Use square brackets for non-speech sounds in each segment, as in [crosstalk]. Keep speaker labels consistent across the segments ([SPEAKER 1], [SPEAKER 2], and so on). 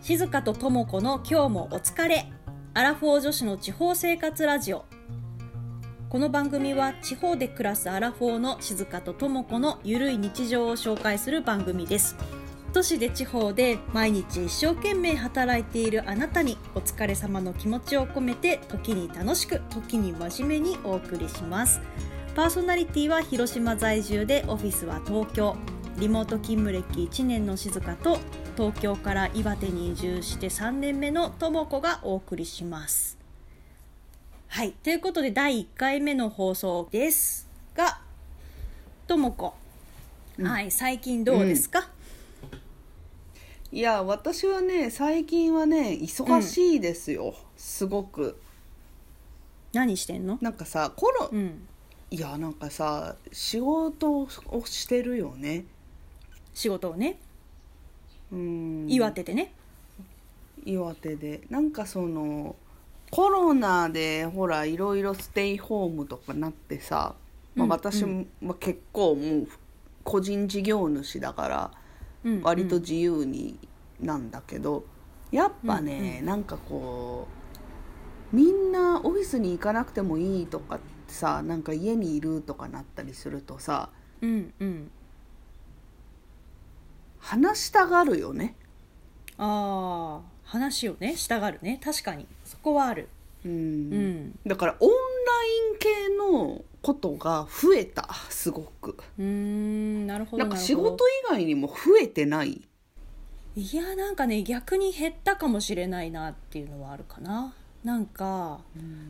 [SPEAKER 1] 静香と智子の今日もお疲れアラフォー女子の地方生活ラジオこの番組は地方で暮らすアラフォーの静香と智子のゆるい日常を紹介する番組です都市で地方で毎日一生懸命働いているあなたにお疲れ様の気持ちを込めて時に楽しく時に真面目にお送りしますパーソナリティは広島在住でオフィスは東京リモート勤務歴1年の静香と東京から岩手に移住して3年目の智子がお送りします。はい、ということで第1回目の放送ですが智子、はい、最近どうですか、
[SPEAKER 2] いや私はね最近はね忙しいですよ、すごく
[SPEAKER 1] 何してんの
[SPEAKER 2] なんかさコロ、
[SPEAKER 1] うん
[SPEAKER 2] いやなんかさ仕事をしてるよね
[SPEAKER 1] 仕事をね
[SPEAKER 2] うん
[SPEAKER 1] 岩手でね、
[SPEAKER 2] 岩手でなんかそのコロナでほらいろいろステイホームとかなってさ、まあ、
[SPEAKER 1] うん
[SPEAKER 2] 私も、まあ、結構もう個人事業主だから
[SPEAKER 1] うん
[SPEAKER 2] 割と自由になんだけど、やっぱね、なんかこうみんなオフィスに行かなくてもいいとかってさなんか家にいるとかなったりするとさ
[SPEAKER 1] うんうん
[SPEAKER 2] 話したがるよね。
[SPEAKER 1] ああ話をねしたがるね確かにそこはある
[SPEAKER 2] うん
[SPEAKER 1] うん
[SPEAKER 2] だからオンライン系のことが増えたすごく
[SPEAKER 1] うーんなるほど
[SPEAKER 2] なんか仕
[SPEAKER 1] なるほ
[SPEAKER 2] 事
[SPEAKER 1] ど
[SPEAKER 2] 以外にも増えてない
[SPEAKER 1] いやなんかね逆に減ったかもしれないなっていうのはあるかななんか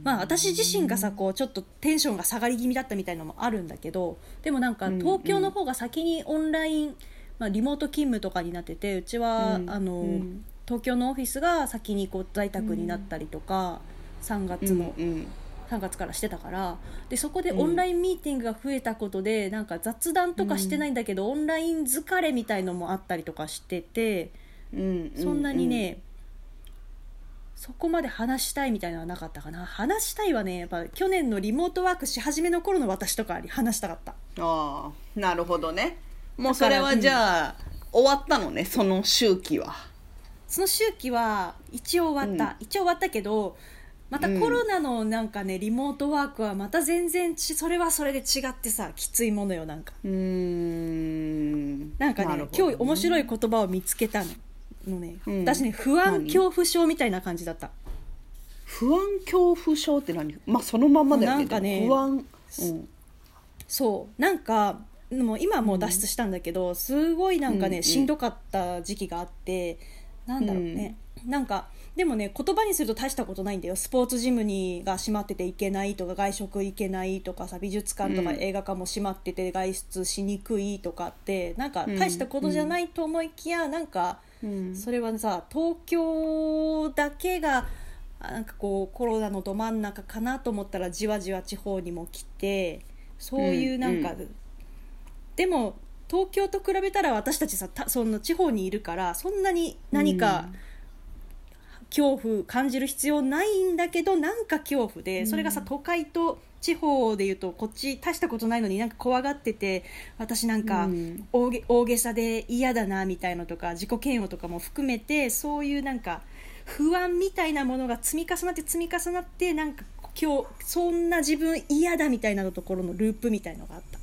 [SPEAKER 1] まあ私自身がさこうちょっとテンションが下がり気味だったみたいのもあるんだけどでもなんか
[SPEAKER 2] うんうん
[SPEAKER 1] 東京の方が先にオンライン、まあ、リモート勤務とかになっててうちは、
[SPEAKER 2] うん
[SPEAKER 1] あの、
[SPEAKER 2] うん
[SPEAKER 1] 東京のオフィスが先にこう在宅になったりとか、3月の、
[SPEAKER 2] うんうん
[SPEAKER 1] 3月からしてたからでそこで
[SPEAKER 2] うん
[SPEAKER 1] オンラインミーティングが増えたことで、なんか雑談とかしてないんだけど、オンライン疲れみたいのもあったりとかしてて
[SPEAKER 2] うんう
[SPEAKER 1] そんなにね、そこまで話したいみたいなのはなかったかな話したいはねやっぱ去年のリモートワークし始めの頃の私とかに話したかった
[SPEAKER 2] ああなるほどね
[SPEAKER 1] だ
[SPEAKER 2] もう
[SPEAKER 1] か
[SPEAKER 2] そ
[SPEAKER 1] ら
[SPEAKER 2] れはじゃあ、終わったのねその周期は
[SPEAKER 1] その周期は一応終わった、一応終わったけどまたコロナのなんかね、リモートワークはまた全然ちそれはそれで違ってさきついものよなんか
[SPEAKER 2] うーん
[SPEAKER 1] なんかね
[SPEAKER 2] るほど
[SPEAKER 1] 今日面白い言葉を見つけたののね、
[SPEAKER 2] うん
[SPEAKER 1] 私ね不安
[SPEAKER 2] 何
[SPEAKER 1] 恐怖症みたいな感じだった
[SPEAKER 2] 不安恐怖症って何まあそのまんまだよね
[SPEAKER 1] なんかね
[SPEAKER 2] でも不安、うん、
[SPEAKER 1] そうなんかもう今はもう脱出したんだけど、すごいなんかね、
[SPEAKER 2] うんうん
[SPEAKER 1] しんどかった時期があってなんだろうね、なんかでもね言葉にすると大したことないんだよスポーツジムにが閉まってて行けないとか外食行けないとかさ美術館とか
[SPEAKER 2] うん
[SPEAKER 1] 映画館も閉まってて外出しにくいとかってなんか大したことじゃないと思いきや、なんか
[SPEAKER 2] うん
[SPEAKER 1] それはさ東京だけがあなんかこうコロナのど真ん中かなと思ったらじわじわ地方にも来てそういうなんか、
[SPEAKER 2] うん
[SPEAKER 1] でも東京と比べたら私たちさたその地方にいるからそんなに何か恐怖感じる必要ないんだけどなんか恐怖でそれがさ都会と地方でいうとこっち大したことないのになんか怖がってて私なんか。
[SPEAKER 2] うん
[SPEAKER 1] 大げ大げさで嫌だなみたいのとか自己嫌悪とかも含めてそういうなんか不安みたいなものが積み重なって積み重なってなんか今日そんな自分嫌だみたいなところのループみたいのがあった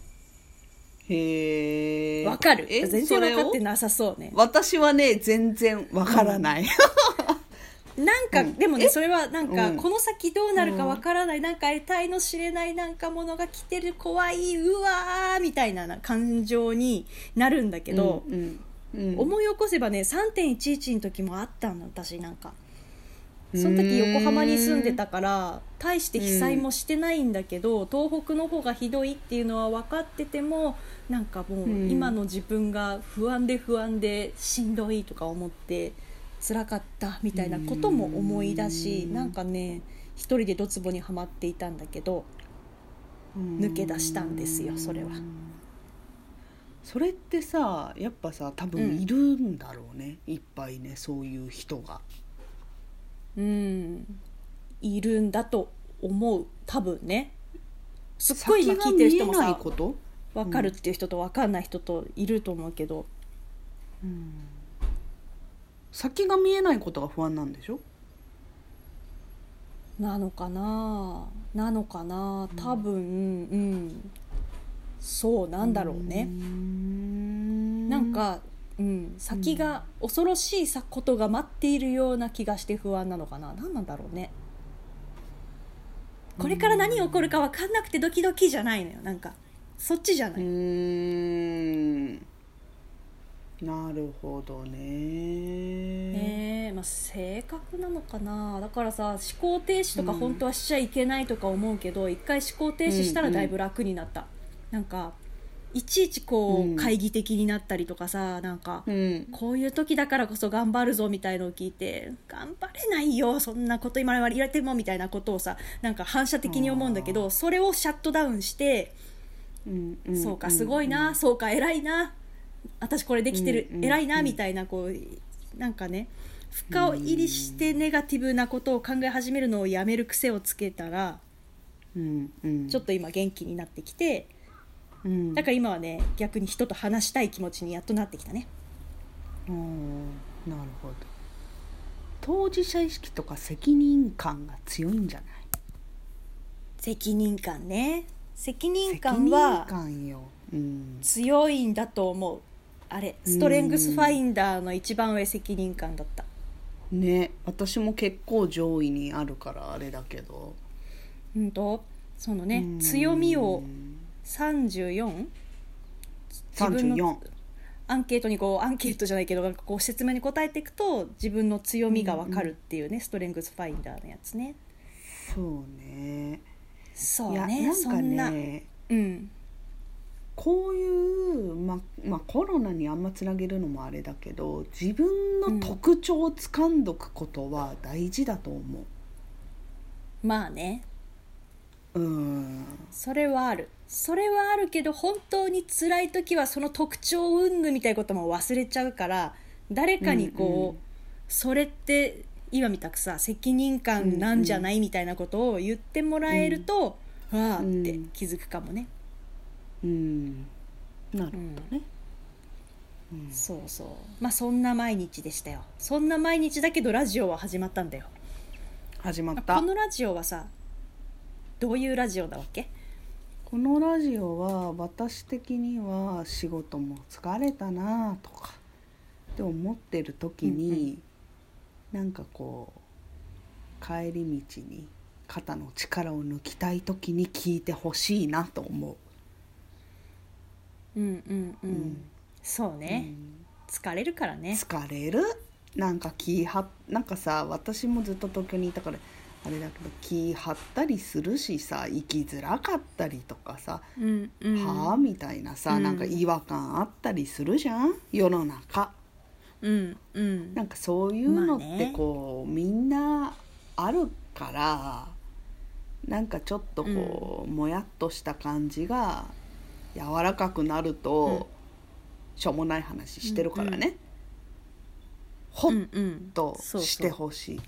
[SPEAKER 2] へえ
[SPEAKER 1] わかる
[SPEAKER 2] え
[SPEAKER 1] 全然わかってなさそうね
[SPEAKER 2] それを私はね全然わからない、
[SPEAKER 1] なんか、
[SPEAKER 2] うん
[SPEAKER 1] でもねそれはなんか、
[SPEAKER 2] うん
[SPEAKER 1] この先どうなるかわからない、なんか得体の知れないなんかものが来てる怖いうわーみたいな感情になるんだけど、
[SPEAKER 2] うんうんうん
[SPEAKER 1] 思い起こせばね3.11の時もあったの私なんかその時横浜に住んでたから大して被災もしてないんだけど東北の方がひどいっていうのは分かっててもなんかも
[SPEAKER 2] う
[SPEAKER 1] うん今の自分が不安で不安でしんどいとか思って辛かったみたいなことも思い出し
[SPEAKER 2] うん
[SPEAKER 1] なんかね一人でドツボにはまっていたんだけど抜け出したんですよそれは。
[SPEAKER 2] それってさやっぱさ多
[SPEAKER 1] うん
[SPEAKER 2] 分いるんだろうね、いっぱいねそういう人が
[SPEAKER 1] うんいるんだと思う多分ねすっごい今
[SPEAKER 2] 先が
[SPEAKER 1] 聞いてる人も
[SPEAKER 2] 見え
[SPEAKER 1] さ
[SPEAKER 2] ないこと、
[SPEAKER 1] 分かるっていう人と分かんない人といると思うけど、
[SPEAKER 2] 先が見えないことが不安なんでしょ
[SPEAKER 1] なのかななのかな多分うん、そうなんだろうね、なんか、うん、先が恐ろしいさことが待っているような気がして不安なのかな何なんだろうねこれから何起こるか分かんなくてドキドキじゃないのよなんかそっちじゃな
[SPEAKER 2] う
[SPEAKER 1] い、
[SPEAKER 2] ーんなるほどね
[SPEAKER 1] ねえまあ、性格なのかなだからさ思考停止とか
[SPEAKER 2] うん
[SPEAKER 1] 本当はしちゃいけないとか思うけど、一回思考停止したらだいぶ楽になった、なんかいちいちこう、
[SPEAKER 2] うん
[SPEAKER 1] 懐疑的になったりとかさなんか、
[SPEAKER 2] うん
[SPEAKER 1] こういう時だからこそ頑張るぞみたいのを聞いて頑張れないよそんなこと今言われてもみたいなことをさなんか反射的に思うんだけどそれをシャットダウンして、
[SPEAKER 2] うんうん
[SPEAKER 1] そうかすごいな、そうか偉いな私これできてる、
[SPEAKER 2] うんうん
[SPEAKER 1] 偉いなみたいなこうなんかね深入りしてネガティブなことを考え始めるのをやめる癖をつけたら
[SPEAKER 2] うんうん
[SPEAKER 1] ちょっと今元気になってきて
[SPEAKER 2] うん
[SPEAKER 1] だから今はね逆に人と話したい気持ちにやっとなってきたね。
[SPEAKER 2] おーなるほど当事者意識とか責任感が強いんじゃない
[SPEAKER 1] 責任感ね責任感は
[SPEAKER 2] 責任感よ、うん、
[SPEAKER 1] 強いんだと思うあれストレングスファインダーの一番上責任感だった
[SPEAKER 2] ね私も結構上位にあるからあれだけど
[SPEAKER 1] うんとそのね
[SPEAKER 2] うん
[SPEAKER 1] 強みを 34? 自分
[SPEAKER 2] 34
[SPEAKER 1] のアンケートにこうアンケートじゃないけどなんかこう説明に答えていくと自分の強みが分かるっていうね、ストレングスファインダーのやつね
[SPEAKER 2] そうね
[SPEAKER 1] そう
[SPEAKER 2] いや
[SPEAKER 1] ね
[SPEAKER 2] なん
[SPEAKER 1] そ
[SPEAKER 2] か
[SPEAKER 1] んな
[SPEAKER 2] ね
[SPEAKER 1] うん
[SPEAKER 2] こういう、ままあ、コロナにあんまつなげるのもあれだけど自分の特徴をつかんどくことは大事だと思
[SPEAKER 1] まあね
[SPEAKER 2] ううん
[SPEAKER 1] それはあるそれはあるけど本当に辛い時はその特徴云々みたいなことも忘れちゃうから誰かにこう、
[SPEAKER 2] うんうん
[SPEAKER 1] それって今みたくさ責任感なんじゃないみたいなことを言ってもらえると、わーって気づくかもね、
[SPEAKER 2] うんなるほどね、うん
[SPEAKER 1] そうそうまあそんな毎日でしたよそんな毎日だけどラジオは始まったんだよ
[SPEAKER 2] 始まっ
[SPEAKER 1] こ
[SPEAKER 2] た
[SPEAKER 1] のラジオはさどういうラジオだわけ
[SPEAKER 2] このラジオは私的には仕事も疲れたなとかって思ってる時に、なんかこう帰り道に肩の力を抜きたい時に聞いてほしいなと思
[SPEAKER 1] うんうんう
[SPEAKER 2] う、
[SPEAKER 1] ん、
[SPEAKER 2] うん
[SPEAKER 1] そうね、疲れるからね
[SPEAKER 2] 疲れるなんか気はなんかさ私もずっと東京にいたからあれだけど気張ったりするしさ生きづらかったりとかさ
[SPEAKER 1] うんうん
[SPEAKER 2] はあみたいなさ、
[SPEAKER 1] うん
[SPEAKER 2] なんか違和感あったりするじゃん世の中
[SPEAKER 1] うんうん
[SPEAKER 2] なんかそういうのっ
[SPEAKER 1] まあ
[SPEAKER 2] て
[SPEAKER 1] ね
[SPEAKER 2] こう、みんなあるからなんかちょっとこう、もやっとした感じが柔らかくなると、しょうもない話してるからね、ほっ
[SPEAKER 1] うんうん
[SPEAKER 2] と
[SPEAKER 1] そうそう
[SPEAKER 2] してほしい、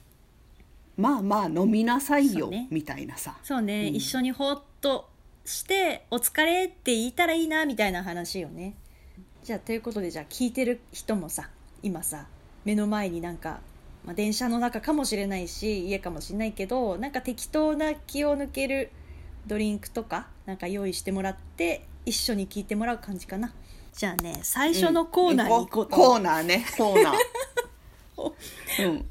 [SPEAKER 2] まあまあ飲みなさい
[SPEAKER 1] そ
[SPEAKER 2] よ、
[SPEAKER 1] うね
[SPEAKER 2] みたいなさ
[SPEAKER 1] そうね、
[SPEAKER 2] うん
[SPEAKER 1] 一緒にほっとして「お疲れ」って言いたらいいなみたいな話よねじゃあということでじゃあ聞いてる人もさ今さ目の前になんか、まあ、電車の中かもしれないし家かもしれないけどなんか適当な気を抜けるドリンクとかなんか用意してもらって一緒に聞いてもらう感じかなじゃあね最初のコーナーに行こうと思う
[SPEAKER 2] コーナーねコ
[SPEAKER 1] [laughs]
[SPEAKER 2] ーナーうん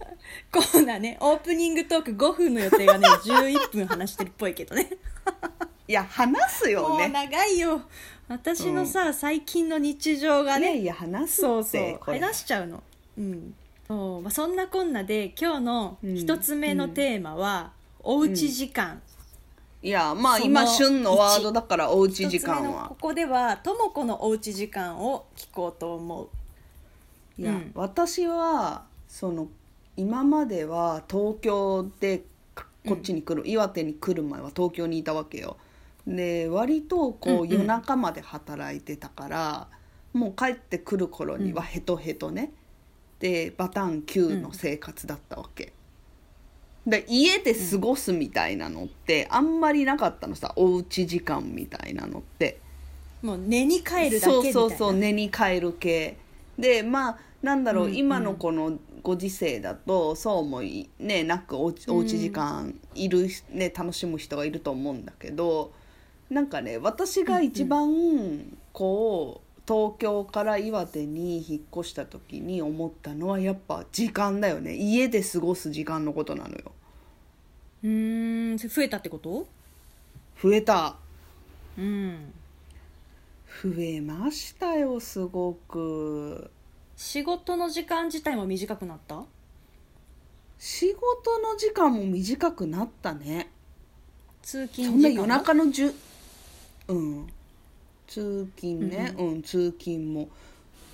[SPEAKER 1] コーナーねオープニングトーク5分の予定 [laughs] がね11分話してるっぽいけどね
[SPEAKER 2] いや話す
[SPEAKER 1] も
[SPEAKER 2] よ
[SPEAKER 1] う
[SPEAKER 2] ね。
[SPEAKER 1] 長いよ私のさ、最近の日常が
[SPEAKER 2] いや
[SPEAKER 1] ね
[SPEAKER 2] いや話すって
[SPEAKER 1] そうそう
[SPEAKER 2] これ
[SPEAKER 1] 話しちゃうのうんそう、まあ、そんなこんなで今日の
[SPEAKER 2] うん
[SPEAKER 1] 一つ目のテーマは、おうち時間、
[SPEAKER 2] いやまあ
[SPEAKER 1] その
[SPEAKER 2] 今旬のワードだからおうち
[SPEAKER 1] 一
[SPEAKER 2] 時
[SPEAKER 1] つ目
[SPEAKER 2] 間
[SPEAKER 1] の
[SPEAKER 2] は
[SPEAKER 1] こ。こではともこのおうち時間を聞こうと思う
[SPEAKER 2] いや、
[SPEAKER 1] うん
[SPEAKER 2] 私はその今までは東京でここっちに来る、岩手に来る前は東京にいたわけよ。で割とこ
[SPEAKER 1] うんう
[SPEAKER 2] うん夜中まで働いてたから、もう帰ってくる頃にはヘトヘトね。でバタン9の生活だったわけ。で家で過ごすみたいなのってあんまりなかったのさおうち時間みたいなのって。
[SPEAKER 1] もう寝に帰るだけみたいな
[SPEAKER 2] そうそうそう寝に帰る系でまあなんだろう、
[SPEAKER 1] うん
[SPEAKER 2] 今のこのご時世だとそうもいねなくおうちおうち時間いる、ね、楽しむ人がいると思うんだけどなんかね私が一番こう東京から岩手に引っ越した時に思ったのはやっぱ時間だよね家で過ごす時間のことなのよ。
[SPEAKER 1] うーん増えたってこと
[SPEAKER 2] 増えた
[SPEAKER 1] うん
[SPEAKER 2] 増えましたよすごく。
[SPEAKER 1] 仕事の時間自体も短くなった
[SPEAKER 2] 仕事の時間も短くなったね
[SPEAKER 1] 通勤時間
[SPEAKER 2] そんな夜中の10うん通勤ねうん、通勤も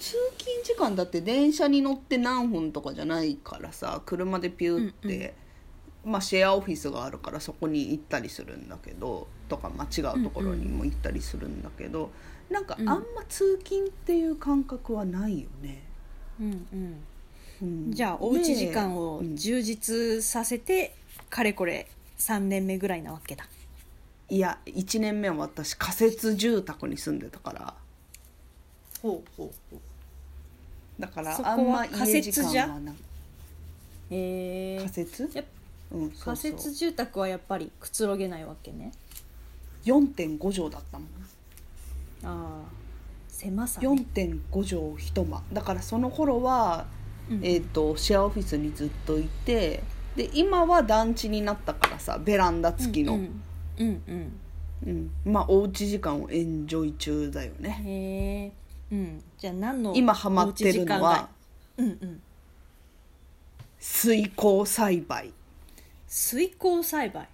[SPEAKER 2] 通勤時間だって電車に乗って何分とかじゃないからさ車でピューって、まあシェアオフィスがあるからそこに行ったりするんだけどとか、まあ、違うところにも行ったりするんだけど、なんかあんま通勤っていう感覚はないよね、
[SPEAKER 1] うんうん
[SPEAKER 2] うん
[SPEAKER 1] じゃあおうち時間を
[SPEAKER 2] ねえうん
[SPEAKER 1] 充実させて、かれこれ3年目ぐらいなわけだ
[SPEAKER 2] いや1年目は私仮設住宅に住んでたから
[SPEAKER 1] ほうほうほう
[SPEAKER 2] だから
[SPEAKER 1] そこは
[SPEAKER 2] あんま
[SPEAKER 1] 仮
[SPEAKER 2] 家時
[SPEAKER 1] 設じゃ
[SPEAKER 2] 間はな
[SPEAKER 1] え
[SPEAKER 2] 仮
[SPEAKER 1] ー、
[SPEAKER 2] 設
[SPEAKER 1] やっぱ
[SPEAKER 2] うんそ
[SPEAKER 1] 仮
[SPEAKER 2] うそう
[SPEAKER 1] 設住宅はやっぱりくつろげないわけね
[SPEAKER 2] 4.5畳だったもん
[SPEAKER 1] ああ狭さ、ね、
[SPEAKER 2] 4.5畳一間だからその頃は、
[SPEAKER 1] うん
[SPEAKER 2] えー、とシェアオフィスにずっといてで今は団地になったからさベランダ付きの、う
[SPEAKER 1] うんんうん、うん
[SPEAKER 2] まあおうち時間をエンジョイ中だよ
[SPEAKER 1] う
[SPEAKER 2] ね
[SPEAKER 1] ん、へえうんじゃあ何の
[SPEAKER 2] 今ハマってるのは
[SPEAKER 1] おうち時間外うんうん
[SPEAKER 2] 水耕栽培
[SPEAKER 1] 水耕栽培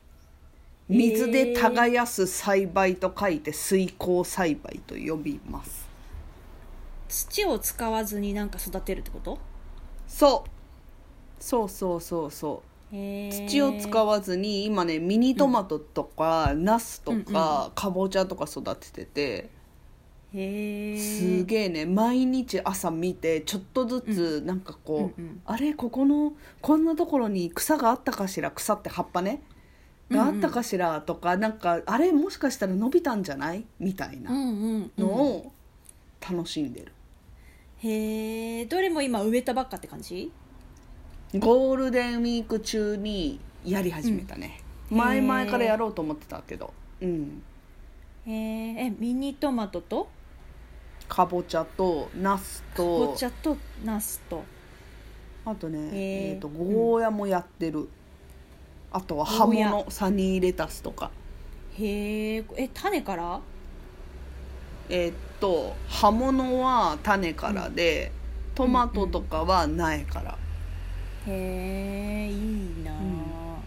[SPEAKER 2] 水で耕す栽培と書いて水耕栽培と呼びます
[SPEAKER 1] 土を使わずになんか育てるってこと
[SPEAKER 2] そうそうそうそうそう
[SPEAKER 1] へえ
[SPEAKER 2] 土を使わずに今ねミニトマトとか、ナスとか、かぼちゃとか育ててて、
[SPEAKER 1] へえ
[SPEAKER 2] すげえね毎日朝見てちょっとずつなんかこう、
[SPEAKER 1] うんうん
[SPEAKER 2] あれここのこんなところに草があったかしら草って葉っぱね
[SPEAKER 1] うんう
[SPEAKER 2] が
[SPEAKER 1] ん
[SPEAKER 2] あったかしらとか、なんかあれもしかしたら伸びたんじゃないみたい
[SPEAKER 1] うん
[SPEAKER 2] な
[SPEAKER 1] うんう
[SPEAKER 2] の
[SPEAKER 1] ん
[SPEAKER 2] を楽しんでる、
[SPEAKER 1] へえどれも今植えたばっかって感じ
[SPEAKER 2] ゴールデンウィーク中にやり始めたね、
[SPEAKER 1] うん
[SPEAKER 2] 前々からやろうと思ってたけどうん
[SPEAKER 1] へええミニトマトと
[SPEAKER 2] かぼちゃとナスと
[SPEAKER 1] 紅茶とナスと
[SPEAKER 2] あとね、
[SPEAKER 1] へー
[SPEAKER 2] えー、とゴーヤもやってる、あとは葉
[SPEAKER 1] ゴーヤ
[SPEAKER 2] 物サニーレタスとか
[SPEAKER 1] へええ種から
[SPEAKER 2] えーっと葉物は種からで、トマトとかは苗から、
[SPEAKER 1] へえいいなあ、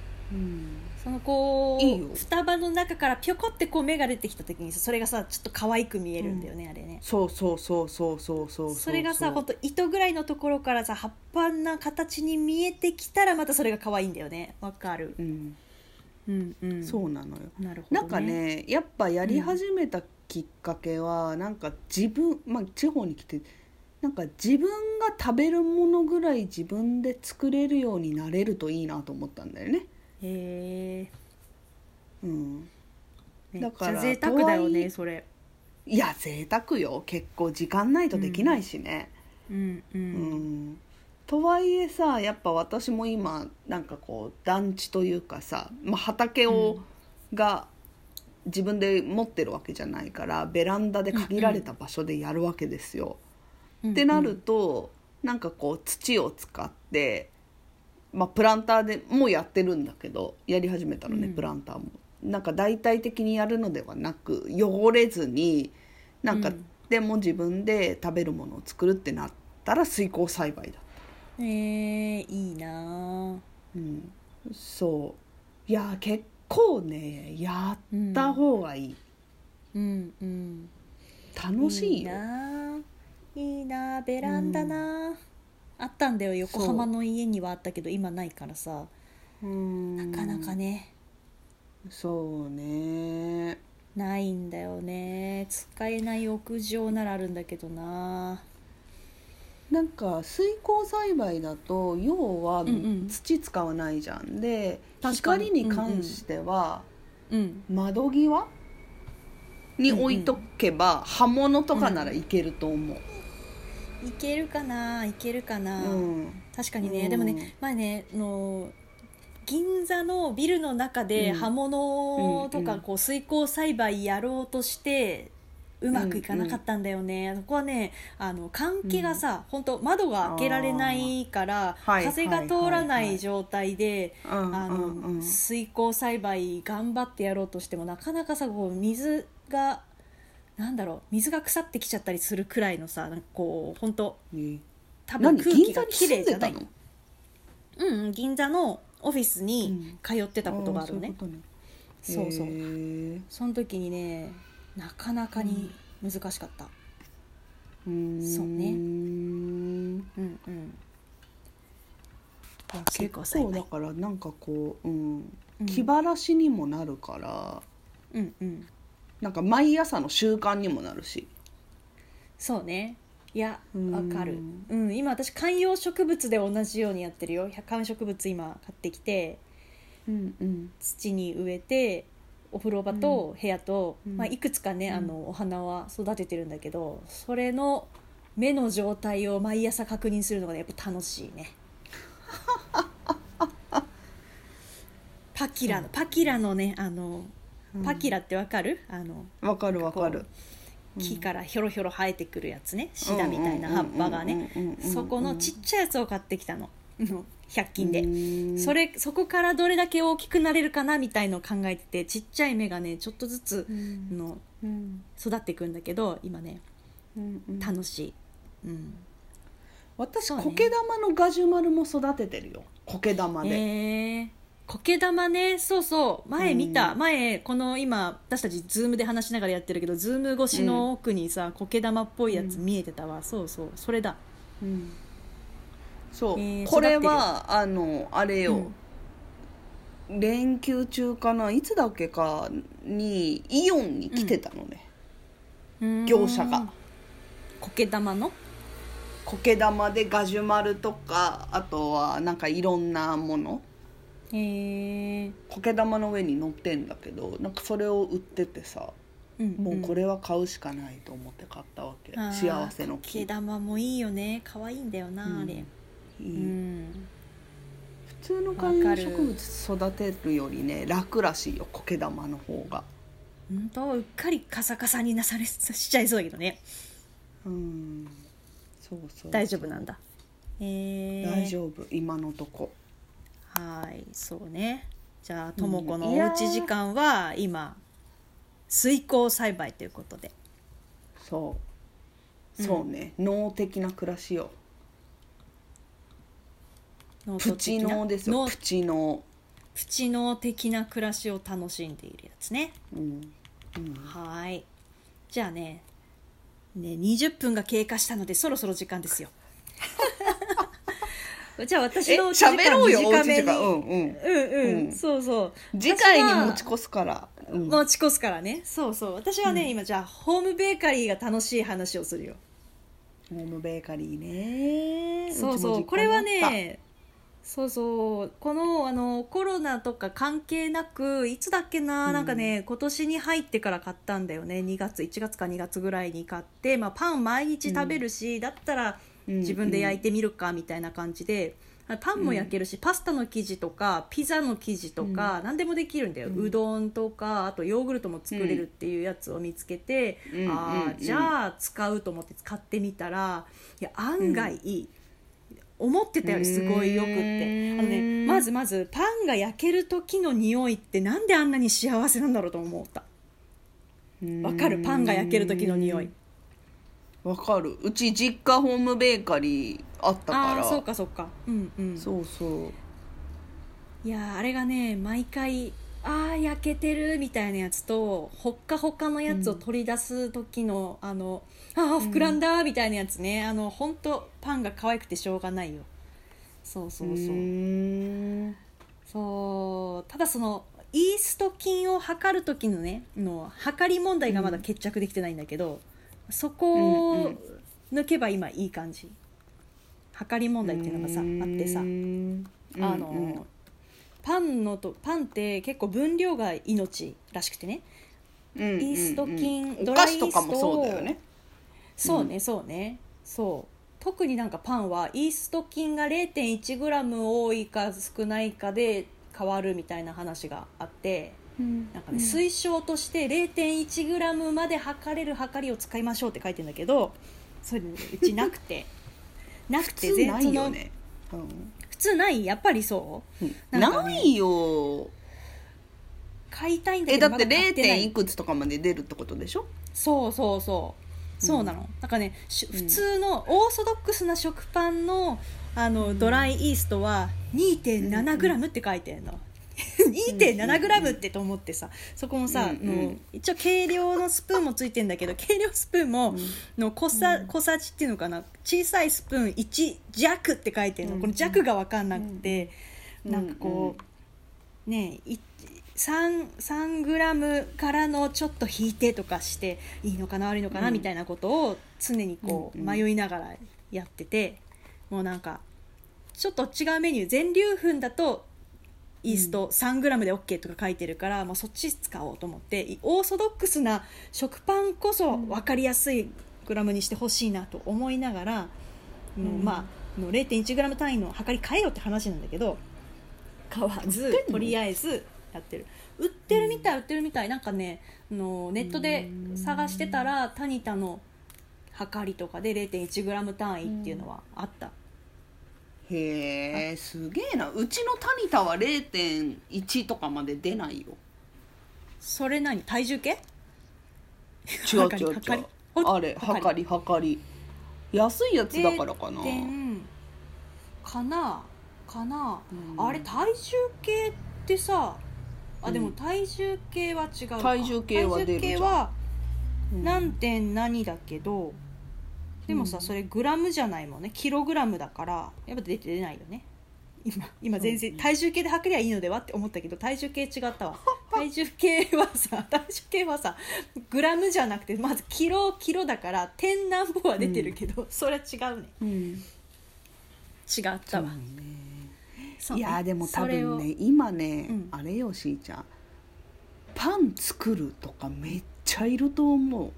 [SPEAKER 1] そのこう
[SPEAKER 2] いいよ
[SPEAKER 1] スタバの中からピョコってこう芽が出てきた時にさそれがさちょっと可愛く見えるんだよね、あれね
[SPEAKER 2] そうそうそうそうそうそうう
[SPEAKER 1] それがさほんと糸ぐらいのところからさ葉っぱな形に見えてきたらまたそれが可愛いんだよねわかる
[SPEAKER 2] うん、
[SPEAKER 1] うんうん
[SPEAKER 2] そうなのよ
[SPEAKER 1] うなるほど、ね、
[SPEAKER 2] なんかねやっぱやり始めたきっかけは、なんか自分まあ地方に来てなんか自分が食べるものぐらい自分で作れるようになれるといいなと思ったんだよね。
[SPEAKER 1] へ
[SPEAKER 2] うん、
[SPEAKER 1] えめ
[SPEAKER 2] だ
[SPEAKER 1] っち
[SPEAKER 2] か
[SPEAKER 1] ゃ
[SPEAKER 2] ら
[SPEAKER 1] 贅沢だよ
[SPEAKER 2] とは
[SPEAKER 1] ね
[SPEAKER 2] い
[SPEAKER 1] それ
[SPEAKER 2] いや贅沢よ結構時間ないとできないしね。
[SPEAKER 1] うんう
[SPEAKER 2] うん
[SPEAKER 1] ん、
[SPEAKER 2] とはいえさやっぱ私も今なんかこう団地というかさ、まあ、畑を、が自分で持ってるわけじゃないからベランダで限られた場所でやるわけですよ。ってなるとなんかこう土を使って、まあ、プランターでもうやってるんだけどやり始めたのね、
[SPEAKER 1] うん
[SPEAKER 2] プランターも。なんか大体的にやるのではなく汚れずになんか、
[SPEAKER 1] うん
[SPEAKER 2] でも自分で食べるものを作るってなったら水耕栽培だ、
[SPEAKER 1] うんへえいいなあ
[SPEAKER 2] うん、そういやー結構ねやった方がいい、
[SPEAKER 1] うんうん
[SPEAKER 2] 楽しいよ
[SPEAKER 1] なあいいなあベランダなあ、あったんだよ横浜の家にはあったけど今ないからさ
[SPEAKER 2] うん
[SPEAKER 1] なかなかね、
[SPEAKER 2] そうね
[SPEAKER 1] ないんだよね使えない屋上ならあるんだけどな
[SPEAKER 2] なんか水耕栽培だと要は
[SPEAKER 1] んうん
[SPEAKER 2] 土使わないじゃん、で
[SPEAKER 1] 確かに
[SPEAKER 2] 光に関しては
[SPEAKER 1] うん
[SPEAKER 2] 窓際に置いとけば葉物とかならいけると思う、
[SPEAKER 1] いけるかないけるかな、
[SPEAKER 2] うん
[SPEAKER 1] 確かにね、
[SPEAKER 2] うん
[SPEAKER 1] でもね前ねあの銀座のビルの中で
[SPEAKER 2] うん
[SPEAKER 1] 刃物と
[SPEAKER 2] うん
[SPEAKER 1] か
[SPEAKER 2] うん
[SPEAKER 1] こう水耕栽培やろうとしてうまくいかなかったんだよね、そこはねあの換気がさ、本当窓が開けられないから
[SPEAKER 2] あーはい
[SPEAKER 1] 風が通らない状態で、
[SPEAKER 2] うん
[SPEAKER 1] あ
[SPEAKER 2] う
[SPEAKER 1] の、
[SPEAKER 2] んうん
[SPEAKER 1] 水耕栽培頑張ってやろうとしてもなかなかさこう水がなんだろう水が腐ってきちゃったりするくらいのさなんかこう本当
[SPEAKER 2] ね
[SPEAKER 1] 多分
[SPEAKER 2] 何
[SPEAKER 1] 空
[SPEAKER 2] 銀
[SPEAKER 1] 気
[SPEAKER 2] 座
[SPEAKER 1] が
[SPEAKER 2] に
[SPEAKER 1] き
[SPEAKER 2] 住
[SPEAKER 1] れ
[SPEAKER 2] ん
[SPEAKER 1] いじ
[SPEAKER 2] で
[SPEAKER 1] ゃな
[SPEAKER 2] た
[SPEAKER 1] い
[SPEAKER 2] の行っ
[SPEAKER 1] うん、銀座のオフィスに通ってたことがあるのね、そうそう、その時にねなかなかに難しかった、そうう
[SPEAKER 2] ね
[SPEAKER 1] んうん、水耕
[SPEAKER 2] 結
[SPEAKER 1] 栽
[SPEAKER 2] 構
[SPEAKER 1] 培
[SPEAKER 2] だからなんかこう、うん、
[SPEAKER 1] うん
[SPEAKER 2] 気晴らしにもなるから、
[SPEAKER 1] うんうん
[SPEAKER 2] なんか毎朝の習慣にもなるし
[SPEAKER 1] そうねいや
[SPEAKER 2] うん
[SPEAKER 1] わかるうん今私観葉植物で同じようにやってるよ観葉植物今買ってきて
[SPEAKER 2] うんうん
[SPEAKER 1] 土に植えてお風呂場と部屋と、
[SPEAKER 2] うん
[SPEAKER 1] まあ、いくつかね、
[SPEAKER 2] うん
[SPEAKER 1] あのお花は育ててるんだけどそれの目の状態を毎朝確認するのが、ね、やっぱ楽しい
[SPEAKER 2] [laughs]
[SPEAKER 1] ねパキラのパキラのねあのパキラってわかる、あの
[SPEAKER 2] わかるわかる
[SPEAKER 1] 木からひょろひょろ生えてくるやつねシダみたいな葉っぱがね
[SPEAKER 2] ね
[SPEAKER 1] そこのちっちゃいやつを買ってきたの100均で
[SPEAKER 2] で
[SPEAKER 1] それそこからどれだけ大きくなれるかなみたいのを考えててちっちゃい芽がねちょっとずつあの育っていくんだけど今ね楽しい、うん、
[SPEAKER 2] 私
[SPEAKER 1] そうね
[SPEAKER 2] 苔玉のガジュマルも育ててるよ苔玉で、
[SPEAKER 1] えー苔玉ねそうそう前見た、
[SPEAKER 2] う
[SPEAKER 1] 前この今私たちズームで話しながらやってるけどズーム越しの奥にさ苔玉っぽいやつ見えてたわ、そうそうそれだ
[SPEAKER 2] うんそう、
[SPEAKER 1] えー
[SPEAKER 2] これはあのあれよ、
[SPEAKER 1] うん
[SPEAKER 2] 連休中かないつだっけかにイオンに来てたのね、業者が
[SPEAKER 1] 苔玉の
[SPEAKER 2] 苔玉でガジュマルとかあとはなんかいろんなもの
[SPEAKER 1] へえ
[SPEAKER 2] 苔玉の上に乗ってんだけどなんかそれを売っててさ
[SPEAKER 1] うん
[SPEAKER 2] もうこ
[SPEAKER 1] れ
[SPEAKER 2] れは買うしかないと思って買ったわけ、幸せの木
[SPEAKER 1] 苔玉もいいよね可愛いんだよな、
[SPEAKER 2] うん
[SPEAKER 1] あれ
[SPEAKER 2] いい
[SPEAKER 1] うん
[SPEAKER 2] 普通の観葉植物育てるよりね楽らしいよ苔玉の方が
[SPEAKER 1] 本当うっかりカサカサになされしちゃいそうだけどね
[SPEAKER 2] うんそうそう
[SPEAKER 1] 大丈夫なんだえー、
[SPEAKER 2] 大丈夫今のとこ
[SPEAKER 1] はいそうねじゃあともこの
[SPEAKER 2] いや
[SPEAKER 1] お
[SPEAKER 2] ー
[SPEAKER 1] うち時間は今水耕栽培ということで
[SPEAKER 2] そうそうね、脳的な暮らしよ
[SPEAKER 1] 能
[SPEAKER 2] プ
[SPEAKER 1] 登
[SPEAKER 2] チ
[SPEAKER 1] 的な
[SPEAKER 2] 脳ですよ
[SPEAKER 1] 能
[SPEAKER 2] プチ脳
[SPEAKER 1] プチ能的な暮らしを楽しんでいるやつね
[SPEAKER 2] うん、うん、
[SPEAKER 1] はい。じゃあね、ね、20分が経過したので、そろそろ時間です
[SPEAKER 2] [laughs]
[SPEAKER 1] よ。じゃあ私
[SPEAKER 2] え
[SPEAKER 1] のおうち時間
[SPEAKER 2] 喋ろうよおう
[SPEAKER 1] 短
[SPEAKER 2] ち
[SPEAKER 1] め
[SPEAKER 2] 時
[SPEAKER 1] に
[SPEAKER 2] 間うんうん
[SPEAKER 1] うんうん、
[SPEAKER 2] うん
[SPEAKER 1] そうそう。
[SPEAKER 2] 次回
[SPEAKER 1] 私は
[SPEAKER 2] に持ち越すから、うん
[SPEAKER 1] 持ち越すからね。そうそう。私はね、
[SPEAKER 2] うん
[SPEAKER 1] 今じゃあホームベーカリーが楽しい話をするよ。
[SPEAKER 2] ホームベーカリーね
[SPEAKER 1] そう
[SPEAKER 2] ちも実
[SPEAKER 1] そう。
[SPEAKER 2] 家に
[SPEAKER 1] これは
[SPEAKER 2] あった
[SPEAKER 1] ね、そうそうこのあのコロナとか関係なくいつだっけな、
[SPEAKER 2] うん
[SPEAKER 1] なんかね今年に入ってから買ったんだよね2月1月か2月ぐらいに買って、まあ、パン毎日食べるし、だったら
[SPEAKER 2] うん
[SPEAKER 1] 自分で焼いてみるかみたいな感じで、あパンも焼けるし、パスタの生地とかピザの生地とか、何でもできるんだよ、
[SPEAKER 2] う
[SPEAKER 1] うんどんとかあとヨーグルトも作れるっていうやつを見つけて、
[SPEAKER 2] うん
[SPEAKER 1] あ
[SPEAKER 2] うん
[SPEAKER 1] あじゃあ使うと思って使ってみたらいや案外いい、思ってたよりすごいよくっ
[SPEAKER 2] うー
[SPEAKER 1] て
[SPEAKER 2] ん
[SPEAKER 1] あの、ね、まずまずパンが焼ける時の匂いってなんであんなに幸せなんだろうと思った
[SPEAKER 2] うん
[SPEAKER 1] わかるパンが焼ける時の匂い
[SPEAKER 2] わかるうち実家ホームベーカリーあったから
[SPEAKER 1] ああーそうかそうかうんうん
[SPEAKER 2] そうそう
[SPEAKER 1] いやーあれがね毎回あー焼けてるみたいなやつとほっかほかのやつを取り出す時の、あのあー膨らんだみたいなやつね、あの本当パンが可愛くてしょうがないよそうそうそう、
[SPEAKER 2] ん
[SPEAKER 1] そうただそのイースト菌を測る時のねの測り問題がまだ決着できてないんだけど、そこ
[SPEAKER 2] うんう
[SPEAKER 1] を
[SPEAKER 2] ん
[SPEAKER 1] 抜けば今いい感じ測り問題っていうのがさあってさ、あの、パンのとパンって結構分量が命らしくてねイースト菌
[SPEAKER 2] ド
[SPEAKER 1] ド
[SPEAKER 2] ラ
[SPEAKER 1] ラ
[SPEAKER 2] イ
[SPEAKER 1] イ
[SPEAKER 2] イ
[SPEAKER 1] イ
[SPEAKER 2] ー
[SPEAKER 1] ー
[SPEAKER 2] スト
[SPEAKER 1] スト
[SPEAKER 2] とかもそうだよね
[SPEAKER 1] そうね、そうねそう特になんかパンはイースト菌が 0.1g 多いか少ないかで変わるみたいな話があって
[SPEAKER 2] うん
[SPEAKER 1] なんかね、推奨として 0.1g まで測れる測りを使いましょうって書いてるんだけどそれうちなくてなく
[SPEAKER 2] [laughs] 普
[SPEAKER 1] て
[SPEAKER 2] 通な
[SPEAKER 1] そ
[SPEAKER 2] い
[SPEAKER 1] の
[SPEAKER 2] よね、うん
[SPEAKER 1] 普通ないやっぱりそう
[SPEAKER 2] な
[SPEAKER 1] なんかね
[SPEAKER 2] いよ
[SPEAKER 1] 買いたいんだ
[SPEAKER 2] え
[SPEAKER 1] けど
[SPEAKER 2] だって
[SPEAKER 1] ま買
[SPEAKER 2] 0.
[SPEAKER 1] てない
[SPEAKER 2] 点いくつとかまで出るってことでしょ
[SPEAKER 1] そうそうそうそうなの、なんかねし普通のオーソドックスな食パンのあの、ドライイーストは 2.7g って書いてんの 2.7g ってと思ってさそこもさ、
[SPEAKER 2] うんうん
[SPEAKER 1] あの一応計量のスプーンもついてんだ
[SPEAKER 2] [laughs]
[SPEAKER 1] けど計量スプーンもの小さ,、小さじっていうのかな小さいスプーン1弱って書いてるの、
[SPEAKER 2] うん
[SPEAKER 1] この弱が分かんなくて、
[SPEAKER 2] うん
[SPEAKER 1] なんかこう、ねえい3 3グラムからのちょっと引いてとかしていいのかな悪いのかな、
[SPEAKER 2] うん
[SPEAKER 1] みたいなことを常にこう
[SPEAKER 2] うんうん
[SPEAKER 1] 迷いながらやってて、もうなんかちょっと違うメニュー全粒粉だとイースト 3g で OK とか書いてるから、まあ、そっち使おうと思っていオーソドックスな食パンこそ分かりやすいグラムにしてほしいなと思いながら、
[SPEAKER 2] ん
[SPEAKER 1] もうまあもう 0.1g 単位の測り変えようって話なんだけど買わ
[SPEAKER 2] 売
[SPEAKER 1] ず
[SPEAKER 2] ってんの
[SPEAKER 1] とりあえずやってる売ってるみたい売ってるみたいなんかねあのネットで探してたらタニタの測りとかで 0.1g 単位っていうのはあった。
[SPEAKER 2] へえすげえなうちのタニタは0.1とかまで出ないよ
[SPEAKER 1] それ何体重計
[SPEAKER 2] 違う
[SPEAKER 1] 測り
[SPEAKER 2] 違う違
[SPEAKER 1] 測
[SPEAKER 2] う
[SPEAKER 1] りお
[SPEAKER 2] あれ
[SPEAKER 1] 測
[SPEAKER 2] 測り測り安いやつだからかな
[SPEAKER 1] 0.1かなかな、
[SPEAKER 2] うん
[SPEAKER 1] あれ体重計ってさあで
[SPEAKER 2] う
[SPEAKER 1] も
[SPEAKER 2] ん
[SPEAKER 1] 体重計は違うか
[SPEAKER 2] 体重計は出るじゃん
[SPEAKER 1] 体重計は
[SPEAKER 2] うん
[SPEAKER 1] 何点何だけど、でもさ
[SPEAKER 2] うん
[SPEAKER 1] それグラムじゃないもんねキログラムだからやっぱ出て出ないよね今今全
[SPEAKER 2] そう
[SPEAKER 1] 然
[SPEAKER 2] ね
[SPEAKER 1] 体重計で測りゃいいのではって思ったけど体重計違ったわ体重計はさ [laughs] 体重計はさグラムじゃなくてまずキロキロだから点なんぼは出てるけど、それは違うね
[SPEAKER 2] うん
[SPEAKER 1] 違ったわそう
[SPEAKER 2] い
[SPEAKER 1] ね
[SPEAKER 2] やでも多
[SPEAKER 1] それを
[SPEAKER 2] 分ね今ね、
[SPEAKER 1] うん
[SPEAKER 2] あれよしーちゃんパン作るとかめっちゃいると思う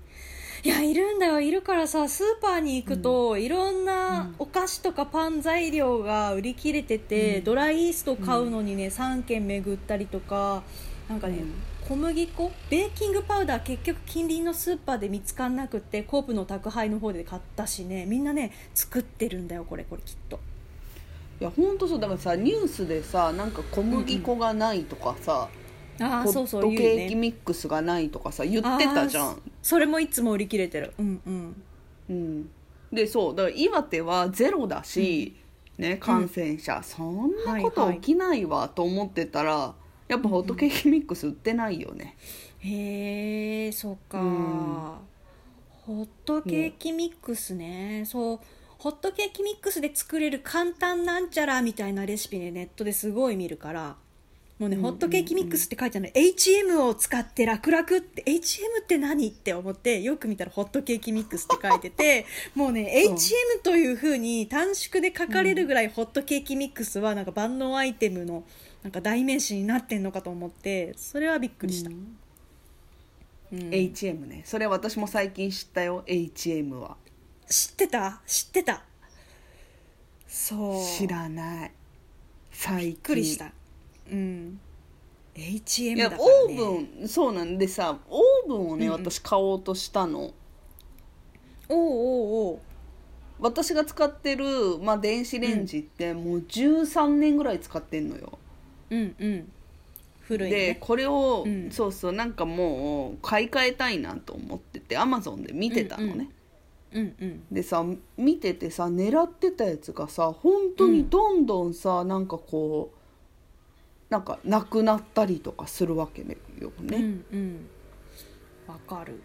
[SPEAKER 1] いやいるんだよいるからさスーパーに行くと、いろん
[SPEAKER 2] う
[SPEAKER 1] なんお菓子とかパン材料が売り切れてて、
[SPEAKER 2] うん
[SPEAKER 1] ドライイースト買うのにね、3軒巡ったりとかなんかね、
[SPEAKER 2] うん
[SPEAKER 1] 小麦粉ベーキングパウダー結局近隣のスーパーで見つかんなくってコープの宅配の方で買ったしねみんなね作ってるんだよこれこれきっと
[SPEAKER 2] いやほんとそうだからさニュースでさなんか小麦粉がないとかさ、
[SPEAKER 1] ああ
[SPEAKER 2] ホ
[SPEAKER 1] そう
[SPEAKER 2] ッ
[SPEAKER 1] そ
[SPEAKER 2] ト
[SPEAKER 1] う
[SPEAKER 2] ケ
[SPEAKER 1] 言う
[SPEAKER 2] ーキ
[SPEAKER 1] ね
[SPEAKER 2] ミックスがないとかさ言ってたじゃ
[SPEAKER 1] あー
[SPEAKER 2] ん、
[SPEAKER 1] それもいつも売り切れてるうんうん
[SPEAKER 2] うん、でそうだから岩手はゼロだし、ね、感染者、そんなこと起きないわと思ってたら、やっぱホットケーキミックス売ってないよね、
[SPEAKER 1] へえそっか、
[SPEAKER 2] うん
[SPEAKER 1] ホットケーキミックスねそうホットケーキミックスで作れる簡単なんちゃらみたいなレシピねネットですごい見るからもうね、
[SPEAKER 2] うんうんうん
[SPEAKER 1] ホットケーキミックスって書いてあるの HM を使って楽々って HM って何って思ってよく見たらホットケーキミックスって書いて
[SPEAKER 2] [laughs]
[SPEAKER 1] てもうね
[SPEAKER 2] うん
[SPEAKER 1] HM というふうに短縮で書かれるぐらいホットケーキミックスはなんか万能アイテムのなんか代名詞になってんのかと思ってそれはびっくりした。
[SPEAKER 2] うん
[SPEAKER 1] うん
[SPEAKER 2] HM ねそれ私も最近知ったよ HM は
[SPEAKER 1] 知ってた知ってたそう
[SPEAKER 2] 知らない最近
[SPEAKER 1] びっくりしたうん
[SPEAKER 2] い
[SPEAKER 1] HM だ
[SPEAKER 2] や
[SPEAKER 1] から、ね、
[SPEAKER 2] オーブンそうなんでさオーブンをね、
[SPEAKER 1] うんうん
[SPEAKER 2] 私買おうとしたの
[SPEAKER 1] おうおうおう
[SPEAKER 2] 私が使ってる、まあ、電子レンジってもう13年ぐらい使ってんのよ、
[SPEAKER 1] うんうん古いね
[SPEAKER 2] でこれを、
[SPEAKER 1] うん
[SPEAKER 2] そうそうなんかもう買い替えたいなと思っててアマゾンで見てたのね、
[SPEAKER 1] うんうんうんうん
[SPEAKER 2] でさ見ててさ狙ってたやつがさ本当にどんどんさ、なんかこうなんかなくなったりとかするわけねよね、
[SPEAKER 1] うんうんわかる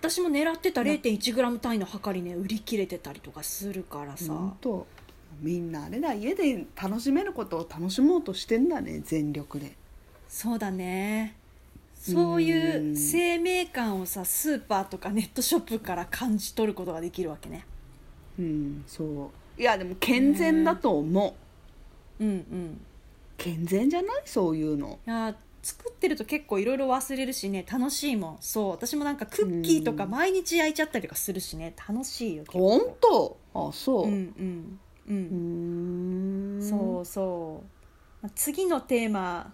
[SPEAKER 1] 私も狙ってた 0.1g 単位の量りね売り切れてたりとかするからさ、
[SPEAKER 2] 本当みんなあれだ家で楽しめることを楽しもうとしてんだね全力で
[SPEAKER 1] そうだねそういううん生命感をさスーパーとかネットショップから感じ取ることができるわけね
[SPEAKER 2] うんそういやでも健全だと思う、
[SPEAKER 1] うんうん
[SPEAKER 2] 健全じゃないそういうの
[SPEAKER 1] いや作ってると結構いろいろ忘れるしね楽しいもんそう私もなんかクッキーとか毎日焼いちゃったりとかするしね楽しいよ結
[SPEAKER 2] 本
[SPEAKER 1] 構
[SPEAKER 2] 当あそうう、
[SPEAKER 1] んうんう
[SPEAKER 2] うー
[SPEAKER 1] ん、
[SPEAKER 2] ん、
[SPEAKER 1] そうそうまあ次のテーマ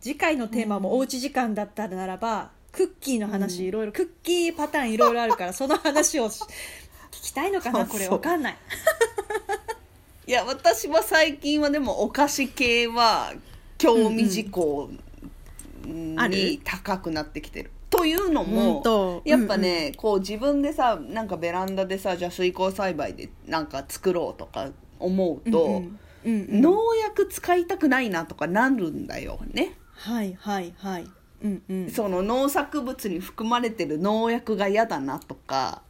[SPEAKER 1] 次回のテーマもおうち時間だったならば、クッキーの
[SPEAKER 2] うん
[SPEAKER 1] 話いろいろクッキーパターンいろいろあ
[SPEAKER 2] [laughs]
[SPEAKER 1] るからその話をし聞きたいのかなこれ
[SPEAKER 2] そうそう
[SPEAKER 1] わかんない
[SPEAKER 2] いや私は最近はでもお菓子系は興味事項
[SPEAKER 1] ある
[SPEAKER 2] に高くなってきてる。というの
[SPEAKER 1] うん
[SPEAKER 2] も
[SPEAKER 1] と
[SPEAKER 2] やっぱね、こう自分でさなんかベランダでさじゃあ水耕栽培でなんか作ろうとか思うと、
[SPEAKER 1] うんうんうんうん
[SPEAKER 2] 農薬使いたくないなとかなるんだよね。
[SPEAKER 1] はいはいはいうんうん
[SPEAKER 2] その農作物に含まれてる農薬が嫌だなとか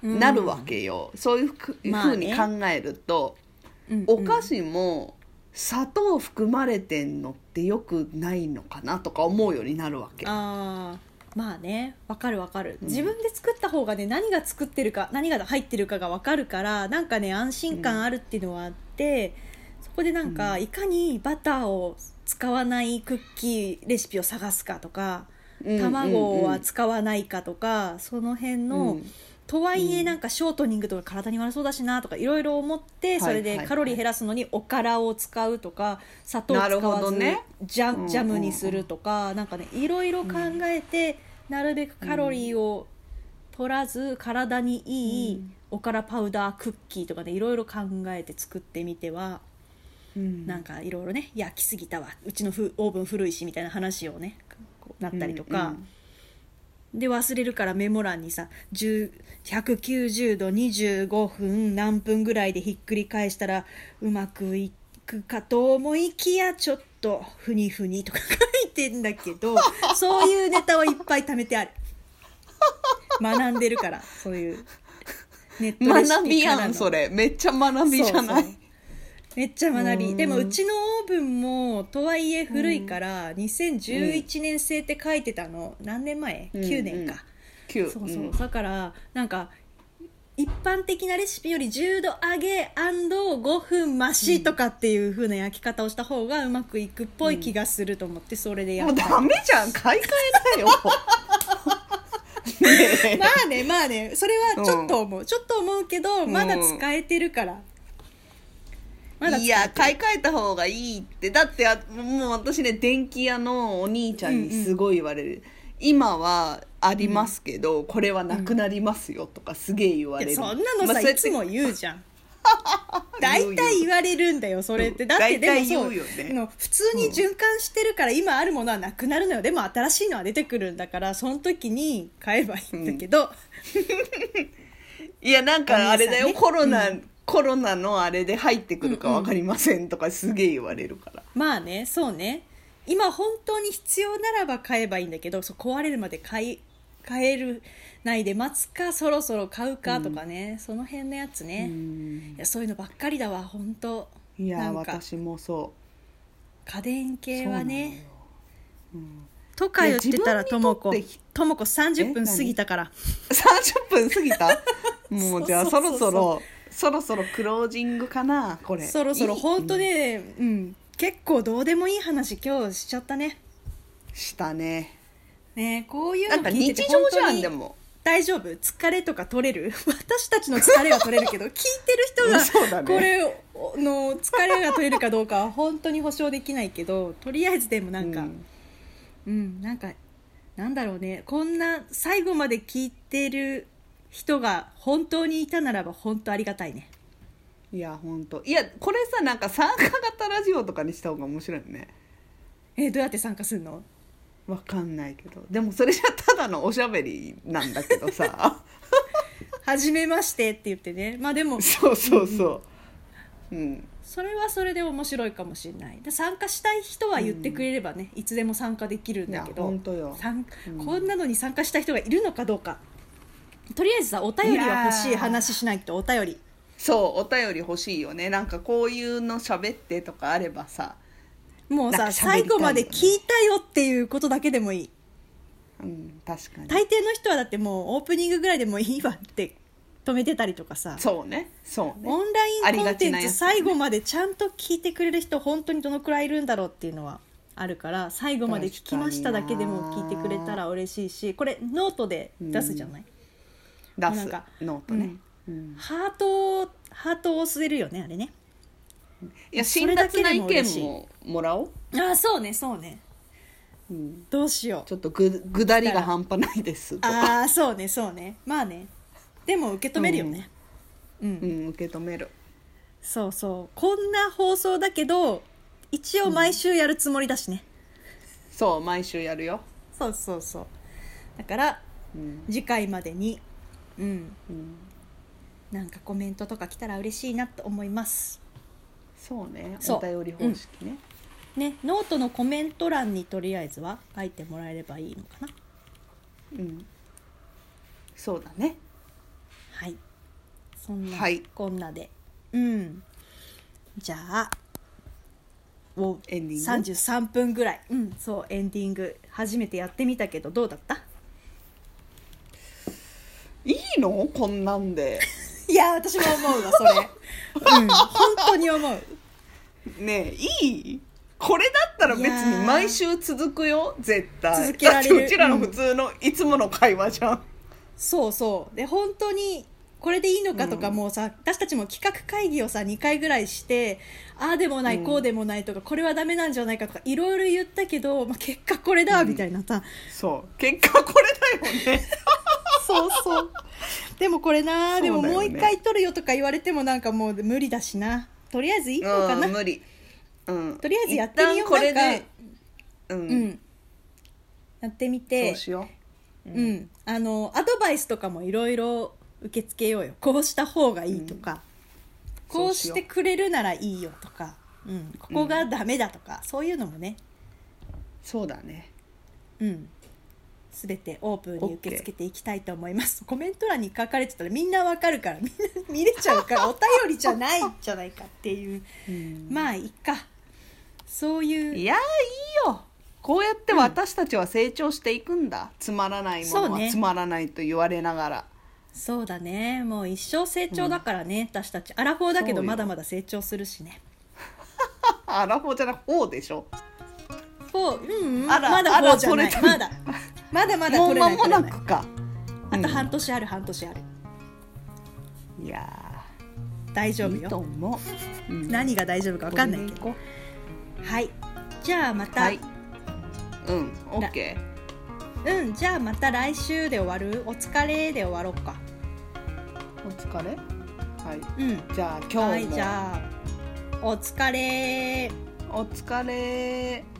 [SPEAKER 1] うん
[SPEAKER 2] なるわけよ、そういうふう
[SPEAKER 1] まあ
[SPEAKER 2] 風に
[SPEAKER 1] ね
[SPEAKER 2] 考える
[SPEAKER 1] うん
[SPEAKER 2] と、
[SPEAKER 1] うん
[SPEAKER 2] お菓子も砂糖含まれてんのってよくないのかなとか思うようになるわけ。
[SPEAKER 1] ああまあねわかるわかる、
[SPEAKER 2] うん
[SPEAKER 1] 自分で作った方がね何が作ってるか何が入ってるかがわかるからなんかね安心感あるっていうのはあって、そこでなんか、
[SPEAKER 2] う
[SPEAKER 1] いかにバターを使わないクッキーレシピを探すかとか
[SPEAKER 2] うん
[SPEAKER 1] 卵
[SPEAKER 2] うんう
[SPEAKER 1] は
[SPEAKER 2] ん
[SPEAKER 1] 使わないかとか、その辺の、
[SPEAKER 2] うん
[SPEAKER 1] とはいえ
[SPEAKER 2] うん
[SPEAKER 1] なんかショートニングとか体に悪そうだしなとかいろいろ思って
[SPEAKER 2] い
[SPEAKER 1] それ
[SPEAKER 2] はい
[SPEAKER 1] で
[SPEAKER 2] はい
[SPEAKER 1] カロリー減らすのにおからを使うとか砂糖
[SPEAKER 2] なる
[SPEAKER 1] 使
[SPEAKER 2] ほ
[SPEAKER 1] わ
[SPEAKER 2] ど
[SPEAKER 1] ず
[SPEAKER 2] ね
[SPEAKER 1] ジャ,、
[SPEAKER 2] うんうんうん
[SPEAKER 1] ジャムにするとかなんかねいろいろ考えてなるべくカロリーを取らず体にいいおからパウダークッキーとかねいろいろ考えて作ってみては
[SPEAKER 2] うん
[SPEAKER 1] なんかいろいろね焼きすぎたわうちのふオーブン古いしみたいな話をねこうなったりとか。で忘れるからメモ欄にさ10 190度25分何分ぐらいでひっくり返したらうまくいくかと思いきやちょっとふにふにとか書いてんだけ
[SPEAKER 2] [laughs]
[SPEAKER 1] どそういうネタをいっぱい貯めてある学んでるからそういうネッ
[SPEAKER 2] う
[SPEAKER 1] ト
[SPEAKER 2] ん
[SPEAKER 1] レシピから
[SPEAKER 2] 学びや
[SPEAKER 1] の
[SPEAKER 2] んそれめっちゃ学びじゃない
[SPEAKER 1] そうそう [laughs] めっちゃ学
[SPEAKER 2] う
[SPEAKER 1] び
[SPEAKER 2] ん
[SPEAKER 1] でもうちのオーブンもとはいえ古いから2011年製って書いてたの何年前
[SPEAKER 2] うん
[SPEAKER 1] ?9 年か。
[SPEAKER 2] キュー
[SPEAKER 1] そうそう、
[SPEAKER 2] うん
[SPEAKER 1] だからなんか一般的なレシピより10度上げ &5 分増しとかっていう風な焼き方をした方がうまくいくっぽい気がすると思ってそれでや
[SPEAKER 2] も
[SPEAKER 1] っ
[SPEAKER 2] う
[SPEAKER 1] た、
[SPEAKER 2] ダメじゃん買い替え
[SPEAKER 1] [laughs]
[SPEAKER 2] なよねえ
[SPEAKER 1] まあねまあねそれはちょっと思う、ちょっと思うけどまだ使えてるから、まだ使えてる
[SPEAKER 2] いや買い替えた方がいいってだってあもう私ね電気屋のお兄ちゃんにすごい言われる、今はありますけど、これはなくなりますよとかすげえ言われ
[SPEAKER 1] い
[SPEAKER 2] る、
[SPEAKER 1] やそんなのさ、
[SPEAKER 2] まあそうや
[SPEAKER 1] い
[SPEAKER 2] って
[SPEAKER 1] つも言うじゃ
[SPEAKER 2] [laughs]
[SPEAKER 1] ん大体言われるんだよそれってだって
[SPEAKER 2] 大
[SPEAKER 1] でも
[SPEAKER 2] 体
[SPEAKER 1] そう
[SPEAKER 2] 言うよね
[SPEAKER 1] あの普通に循環してるから今あるものはなくなるのよでも新しいのは出てくるんだからその時に買えばいいんだけど、
[SPEAKER 2] いやなんかあれだよ、
[SPEAKER 1] お兄さんね
[SPEAKER 2] コロナ、コロナのあれで入ってくるかわかりませんとかすげえ言われるから、
[SPEAKER 1] まあねそうね今本当に必要ならば買えばいいんだけどそう壊れるまで買い買えるないで待つかそろそろ買うかとかね、その辺のやつね、いやそういうのばっかりだわ本当
[SPEAKER 2] いや
[SPEAKER 1] なんか
[SPEAKER 2] 私もそう
[SPEAKER 1] 家電系
[SPEAKER 2] そうな
[SPEAKER 1] は
[SPEAKER 2] のよ
[SPEAKER 1] ねとか言ってたら
[SPEAKER 2] いや
[SPEAKER 1] ともこと
[SPEAKER 2] ってき
[SPEAKER 1] ともこ30分
[SPEAKER 2] え
[SPEAKER 1] 過
[SPEAKER 2] 何
[SPEAKER 1] ぎたから
[SPEAKER 2] 30分過
[SPEAKER 1] [laughs]
[SPEAKER 2] ぎたもうじゃあ
[SPEAKER 1] そ
[SPEAKER 2] そう
[SPEAKER 1] そうそ
[SPEAKER 2] ろ
[SPEAKER 1] うそう
[SPEAKER 2] そろそろそろクロージングかなこれ
[SPEAKER 1] そろそろ
[SPEAKER 2] いい
[SPEAKER 1] 本当ねうん結構どうでもいい話今日しちゃったね
[SPEAKER 2] したね
[SPEAKER 1] ねこういう
[SPEAKER 2] なん
[SPEAKER 1] の
[SPEAKER 2] か
[SPEAKER 1] 聞い
[SPEAKER 2] 日
[SPEAKER 1] てて
[SPEAKER 2] 常
[SPEAKER 1] 本
[SPEAKER 2] じゃ
[SPEAKER 1] 当
[SPEAKER 2] んで
[SPEAKER 1] に
[SPEAKER 2] も
[SPEAKER 1] 大丈夫疲れとか取れる [laughs] 私たちの疲れは取れるけど聞いてる
[SPEAKER 2] そう
[SPEAKER 1] 人が
[SPEAKER 2] だね
[SPEAKER 1] これをの疲れが取れるかどうかは本当に保証できないけどとりあえずでもなんか、
[SPEAKER 2] うん
[SPEAKER 1] うん、なんかなんだろうねこんな最後まで聞いてる人が本当にいたならば本当ありがたいね
[SPEAKER 2] いや本当いやこれさなんか参加型ラジオとかにした方が面白いよね
[SPEAKER 1] えどうやって参加するの
[SPEAKER 2] わかんないけどでもそれじゃただのおしゃべりなんだけど
[SPEAKER 1] [laughs]
[SPEAKER 2] さ
[SPEAKER 1] はじめましてって言ってねまあでも
[SPEAKER 2] そうそうそううん
[SPEAKER 1] それはそれで面白いかもしれないで参加したい人は言ってくれればね、いつでも参加できるん
[SPEAKER 2] い
[SPEAKER 1] だ
[SPEAKER 2] や
[SPEAKER 1] けど
[SPEAKER 2] 本当よ
[SPEAKER 1] 参
[SPEAKER 2] うん
[SPEAKER 1] こんなのに参加した人がいるのかどうかとりあえずさお便りは欲し
[SPEAKER 2] い
[SPEAKER 1] い
[SPEAKER 2] やー
[SPEAKER 1] 話しないとお便り
[SPEAKER 2] そうお便り欲しいよねなんかこういうの喋ってとかあればさ
[SPEAKER 1] もう
[SPEAKER 2] なん
[SPEAKER 1] さ、
[SPEAKER 2] か喋
[SPEAKER 1] 最
[SPEAKER 2] りたいよね
[SPEAKER 1] 後まで聞いたよっていうことだけでもいい
[SPEAKER 2] うん確かに
[SPEAKER 1] 大抵の人はだってもうオープニングぐらいでもいいわって止めてたりとかさ
[SPEAKER 2] そうねそうね
[SPEAKER 1] オンライ
[SPEAKER 2] あ
[SPEAKER 1] ン
[SPEAKER 2] り
[SPEAKER 1] コ
[SPEAKER 2] が
[SPEAKER 1] ンテ
[SPEAKER 2] ち
[SPEAKER 1] ン
[SPEAKER 2] なやつ
[SPEAKER 1] ツ
[SPEAKER 2] ね
[SPEAKER 1] 最後までちゃんと聞いてくれる人本当にどのくらいいるんだろうっていうのはあるから最後まで聞きましただけでも聞いてくれたら嬉しいしこれノートで出すじゃない、
[SPEAKER 2] 出
[SPEAKER 1] な
[SPEAKER 2] す
[SPEAKER 1] んか
[SPEAKER 2] ノートね、うん
[SPEAKER 1] ハートをハートを押せるよねあれね
[SPEAKER 2] いや
[SPEAKER 1] そ
[SPEAKER 2] 辛
[SPEAKER 1] れだけで
[SPEAKER 2] 辣な
[SPEAKER 1] も
[SPEAKER 2] 意
[SPEAKER 1] 嬉しい
[SPEAKER 2] 見ももらおう、
[SPEAKER 1] あそうねそうね
[SPEAKER 2] うん、
[SPEAKER 1] どうしよ
[SPEAKER 2] ち
[SPEAKER 1] う
[SPEAKER 2] ょっとぐぐだりが半端ないですとか、
[SPEAKER 1] ああそうねそうねまあねでも受け止めるよねうん、
[SPEAKER 2] うん、受け止める
[SPEAKER 1] そうそうこんな放送だけど一応毎週やるつもりだしね、
[SPEAKER 2] そう毎週やるよ、
[SPEAKER 1] そうそうそうだから
[SPEAKER 2] うん
[SPEAKER 1] 次回までにうん
[SPEAKER 2] うん、
[SPEAKER 1] なんかコメントとか来たら嬉しいなと思います
[SPEAKER 2] そうね
[SPEAKER 1] そう
[SPEAKER 2] お便り方式ね、
[SPEAKER 1] ねノートのコメント欄にとりあえずは書いてもらえればいいのかな
[SPEAKER 2] うんそうだね
[SPEAKER 1] はいそんな、
[SPEAKER 2] はい
[SPEAKER 1] こんなでうんじゃあお
[SPEAKER 2] エンディング
[SPEAKER 1] 33分ぐらいうんそうエンディング初めてやってみたけどどうだった
[SPEAKER 2] いいのこんな
[SPEAKER 1] [laughs]
[SPEAKER 2] んで
[SPEAKER 1] いや私も思うわそれ、 [laughs] うん、本当に思う
[SPEAKER 2] ねえいいこれだったら別
[SPEAKER 1] いやー
[SPEAKER 2] に毎週続くよ絶対
[SPEAKER 1] 続けられる
[SPEAKER 2] だってうちらの普通のいつもの会話じゃん、
[SPEAKER 1] そうそうで本当にこれでいいのかとか
[SPEAKER 2] うん
[SPEAKER 1] もうさ、私たちも企画会議をさ2回ぐらいしてああでもない、
[SPEAKER 2] うん
[SPEAKER 1] こうでもないとかこれはダメなんじゃないかとかいろいろ言ったけど、まあ、結果これだみたいなさ、
[SPEAKER 2] そう結果これだよね
[SPEAKER 1] [laughs] そうそう [laughs] でもこれな、
[SPEAKER 2] そうだ
[SPEAKER 1] で
[SPEAKER 2] よ
[SPEAKER 1] も
[SPEAKER 2] ね
[SPEAKER 1] もう一回撮るよとか言われてもなんかもう無理だしなとりあえずいいのかな
[SPEAKER 2] うん無理、うん、
[SPEAKER 1] とりあえずやってみよう
[SPEAKER 2] 一旦これ
[SPEAKER 1] なん
[SPEAKER 2] で
[SPEAKER 1] か
[SPEAKER 2] うん、
[SPEAKER 1] うんやってみ
[SPEAKER 2] そ
[SPEAKER 1] て
[SPEAKER 2] うしよう、
[SPEAKER 1] う、ん、あのアドバイスとかもいろいろ受け付けようよこうした方がいいとか、こうしてくれるならいいよとか、うん、ここがダメだとか、そういうのもね、
[SPEAKER 2] そうだね
[SPEAKER 1] うん、全てオープンに受け付けていきたいと思いますコメント欄に書かれてたらみんなわかるからみんな見れちゃうから [laughs] お便りじゃないんじゃないかっていうまあいいかそう
[SPEAKER 2] い
[SPEAKER 1] いう
[SPEAKER 2] やーいいよこうやって私たちは成長していくんだ、つまらないも
[SPEAKER 1] そ
[SPEAKER 2] の
[SPEAKER 1] う
[SPEAKER 2] は
[SPEAKER 1] ね
[SPEAKER 2] つまらないと言われながら [laughs]
[SPEAKER 1] そうだねもう一生成長だからね、私たちアラフォーだけ
[SPEAKER 2] そ
[SPEAKER 1] ど
[SPEAKER 2] うよ
[SPEAKER 1] まだまだ成長するしね
[SPEAKER 2] あアラフォーじゃなくフォーでしょ
[SPEAKER 1] フォーうん、うん、
[SPEAKER 2] あら
[SPEAKER 1] まだフォーじゃな
[SPEAKER 2] あら取れ
[SPEAKER 1] いま
[SPEAKER 2] た
[SPEAKER 1] だまだまだ
[SPEAKER 2] もう
[SPEAKER 1] 取れな
[SPEAKER 2] 間
[SPEAKER 1] い
[SPEAKER 2] も
[SPEAKER 1] 取れ
[SPEAKER 2] な
[SPEAKER 1] ない
[SPEAKER 2] くか
[SPEAKER 1] あと
[SPEAKER 2] うん
[SPEAKER 1] 半年ある半年ある
[SPEAKER 2] いや
[SPEAKER 1] 大丈夫
[SPEAKER 2] ー
[SPEAKER 1] よ
[SPEAKER 2] いいと思う、うん
[SPEAKER 1] 何が大丈夫か分かんないけど
[SPEAKER 2] こ
[SPEAKER 1] はいじゃあまた、
[SPEAKER 2] はいうんオッケ
[SPEAKER 1] うんじゃあまた来週で終わるお疲れで終わろうか
[SPEAKER 2] ーお疲れはい
[SPEAKER 1] うん
[SPEAKER 2] じゃあ今
[SPEAKER 1] は
[SPEAKER 2] 日
[SPEAKER 1] い
[SPEAKER 2] も、
[SPEAKER 1] じゃあお疲れ
[SPEAKER 2] お疲れー